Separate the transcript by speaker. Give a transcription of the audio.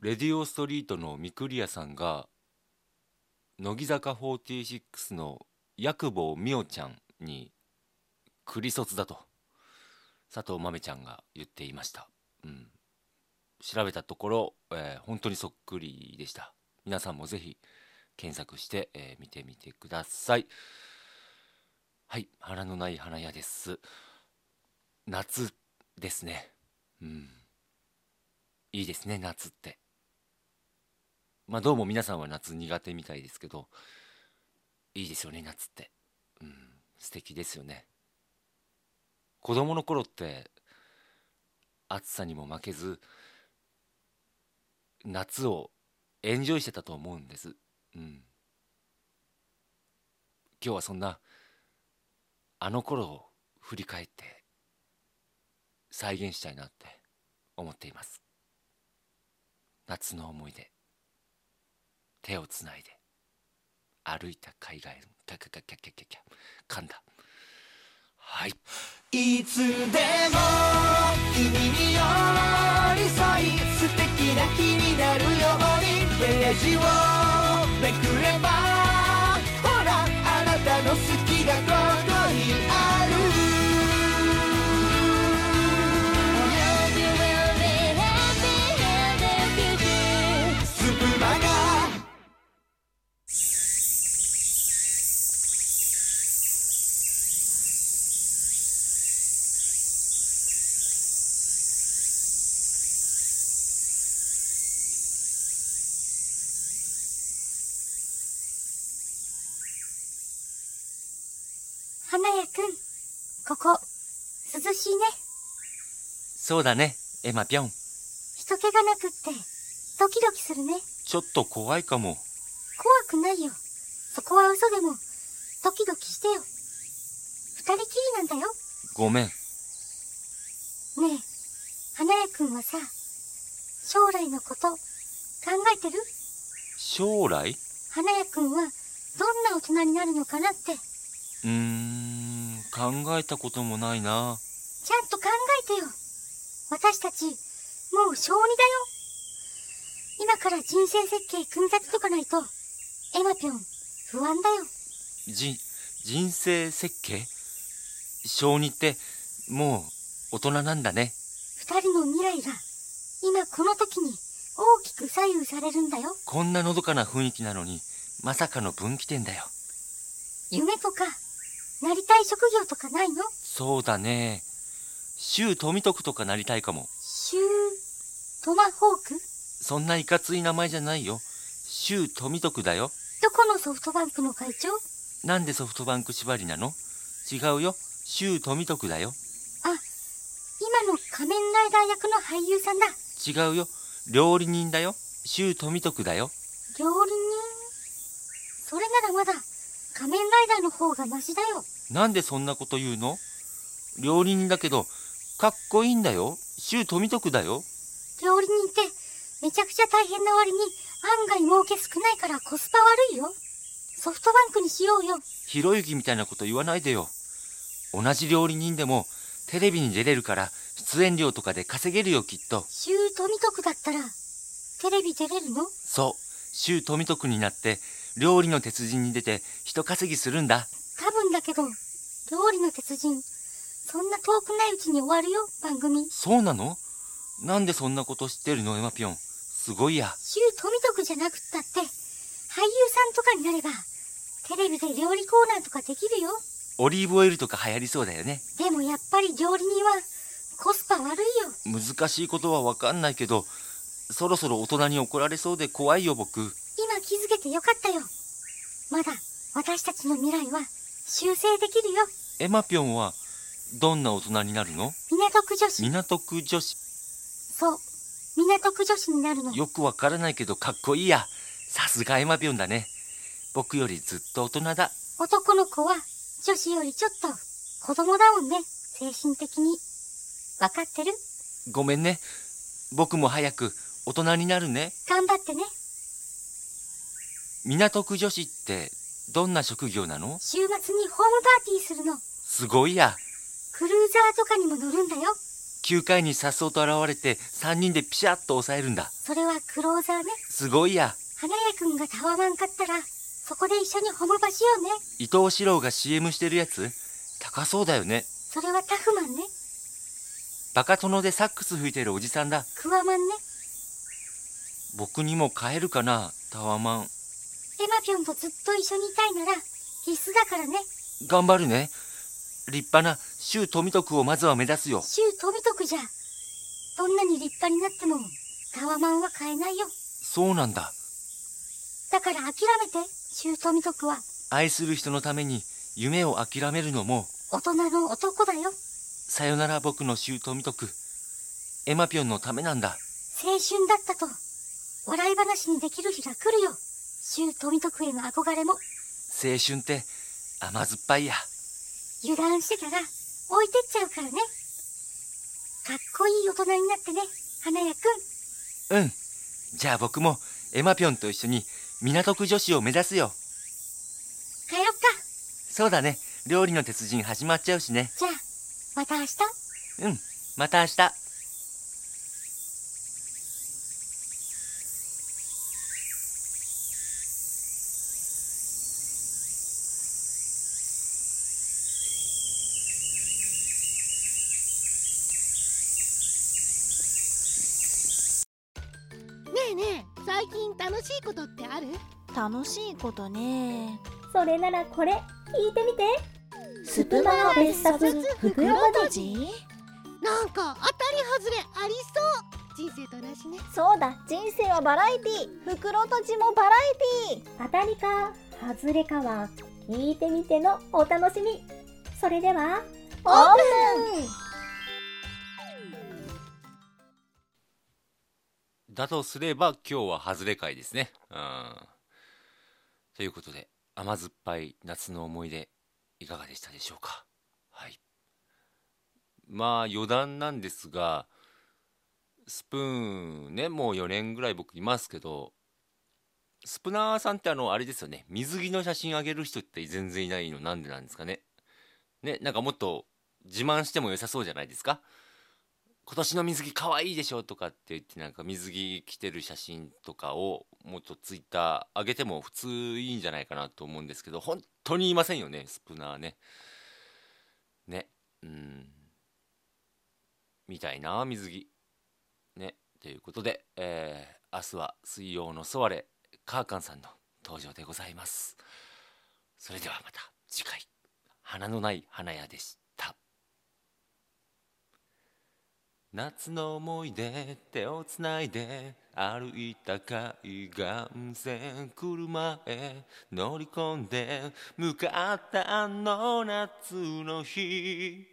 Speaker 1: レディオストリートのミクリアさんが乃木坂46の八久保美桜ちゃんにクリ卒だと佐藤豆ちゃんが言っていました、うん、調べたところ、えー本当にそっくりでした皆さんもぜひ検索して、えー見てみてくださいはい花のない花屋です夏ですねうんいいですね夏ってまあどうも皆さんは夏苦手みたいですけどいいですよね夏ってうん素敵ですよね子供の頃って暑さにも負けず夏をエンジョイしてたと思うんですうん今日はそんなあの頃を振り返って再現したいなって思っています夏の思い出手をつないで歩いた海外のキャキャキャキャキャキャキャ噛んだはい
Speaker 2: いつでも君に寄り添い素敵な日になるようにページをめくればほらあなたの好きがここにある
Speaker 3: You will be happy in the future.
Speaker 2: スプマガ
Speaker 4: 花屋くん、ここ、涼しいね。
Speaker 1: そうだねエマぴょん
Speaker 4: 人気がなくって、ドキドキするね。
Speaker 1: ちょっと怖いかも
Speaker 4: 怖くないよ。そこは嘘でも、ドキドキしてよ。二人きりなんだよ。
Speaker 1: ごめん
Speaker 4: ねえ、花屋くんはさ、将来のこと、考えてる
Speaker 1: 将来
Speaker 4: 花屋くんは、どんな大人になるのかなって、ち
Speaker 1: うーん考えたこともないな
Speaker 4: ゃんと考えてよ。私たち、もう小2だよ。今から人生設計組み立てとかないと、エマぴょん、不安だよ。
Speaker 1: じ人生設計小児ってもう大人なんだね
Speaker 4: 二人の未来が今この時に大きく左右されるんだよ
Speaker 1: こんなのどかな雰囲気なのにまさかの分岐点だよ
Speaker 4: 夢とかなりたい職業とかないの
Speaker 1: そうだね周富徳とかなりたいかも
Speaker 4: シュートマホーク
Speaker 1: そんないかつい名前じゃないよ周富徳だよ
Speaker 4: どこのソフトバンクの会長
Speaker 1: なんでソフトバンク縛りなの違うよ周富徳だよ
Speaker 4: 今の仮面ライダー役の俳優さんだ
Speaker 1: 違うよ料理人だよ周富徳だよ
Speaker 4: 料理人それならまだ仮面ライダーの方がマシだよ
Speaker 1: なんでそんなこと言うの料理人だけどかっこいいんだよ周富徳だよ
Speaker 4: 料理人ってめちゃくちゃ大変な割に案外儲け少ないからコスパ悪いよソフトバンクにしようよ
Speaker 1: ひろゆきみたいなこと言わないでよ同じ料理人でもテレビに出れるから出演料とかで稼げるよきっと
Speaker 4: シュートミトクだったらテレビ出れるの
Speaker 1: そう周富徳になって料理の鉄人に出て人稼ぎするんだ
Speaker 4: 多分だけど料理の鉄人そんな遠くないうちに終わるよ番組
Speaker 1: そうなのなんでそんなこと知ってるのエマピョンすごいや
Speaker 4: シュートミトクじゃなくったって俳優さんとかになればテレビで料理コーナーとかできるよ
Speaker 1: オリーブオイルとか流行りそうだよね
Speaker 4: でもやっぱり料理人はコスパ悪いよ
Speaker 1: 難しいことはわかんないけどそろそろ大人に怒られそうで怖いよ僕
Speaker 4: 今気づけてよかったよまだ私たちの未来は修正できるよ
Speaker 1: エマピョンはどんな大人になるの
Speaker 4: 港区女子
Speaker 1: 港区女子
Speaker 4: そう港区女子になるの
Speaker 1: よくわからないけどかっこいいやさすがエマピョンだね僕よりずっと大人だ
Speaker 4: 男の子は女子よりちょっと子供だもんね、精神的に。わかってる
Speaker 1: ごめんね僕も早く大人になるね
Speaker 4: 頑張ってね。
Speaker 1: 港区女子ってどんな職業なの
Speaker 4: 週末にホームパーティーするの。
Speaker 1: すごいや
Speaker 4: クルーザーとかにも乗るんだよ。
Speaker 1: 9回にさっそうと現れて3人でピシャッと抑えるんだ
Speaker 4: それはクローザーね。
Speaker 1: すごいや
Speaker 4: 花屋くんがたわわんかったら、そこで一緒にホムパしようね。
Speaker 1: 伊藤四郎が CM してるやつ高そうだよね
Speaker 4: それはタフマンね。
Speaker 1: バカ殿でサックス吹いてるおじさんだ
Speaker 4: クワマンね。
Speaker 1: 僕にも買えるかなタワマン
Speaker 4: エマピョンとずっと一緒にいたいなら、必須だからね。
Speaker 1: 頑張るね立派な周富徳をまずは目指すよ
Speaker 4: シュー飛びとくじゃ。どんなに立派になっても、タワマンは買えないよ。
Speaker 1: そうなんだ
Speaker 4: だから諦めて、シュートミトクは
Speaker 1: 愛する人のために夢を諦めるのも
Speaker 4: 大人の男だよ。
Speaker 1: さよなら僕の周富徳エマピョンのためなんだ
Speaker 4: 青春だったと、笑い話にできる日が来るよ。シュートミトクへの憧れも、
Speaker 1: 青春って甘酸っぱいや
Speaker 4: 油断してたら、置いてっちゃうからね。かっこいい大人になってね、花屋くん。
Speaker 1: うんじゃあ僕もエマピョンと一緒に港区女子を目指すよ
Speaker 4: 帰ろっか。
Speaker 1: そうだね料理の鉄人始まっちゃうしね
Speaker 4: じゃあ、また明日。
Speaker 1: うんまた明日
Speaker 5: ねえねえ最近楽しいことってある
Speaker 6: 楽しいことね
Speaker 7: それならこれ聞いてみて
Speaker 6: ス
Speaker 7: プマガ別冊袋小路
Speaker 5: なんか当たり外れありそう人生と同じね
Speaker 7: そうだ人生はバラエティ袋とじもバラエティ当たりか外れかは聞いてみてのお楽しみそれではオープン
Speaker 1: だとすれば今日は外れ会ですね。うんということで甘酸っぱい夏の思い出いかがでしたでしょうか。はい、まあ余談なんですがスプーンねもう4年ぐらい僕いますけどスプナーさんってあのあれですよね水着の写真あげる人って全然いないのなんでなんですかね。ねなんかもっと自慢しても良さそうじゃないですか。今年の水着可愛いでしょとかって言ってなんか水着着てる写真とかをもっとツイッター上げても普通いいんじゃないかなと思うんですけど本当にいませんよねスプナーねねうんみたいな水着ねということで、えー明日は水曜のソワレカーカンさんの登場でございますそれではまた次回花のない花屋でした夏の思い出手をつないで歩いた海岸線車へ乗り込んで向かったあの夏の日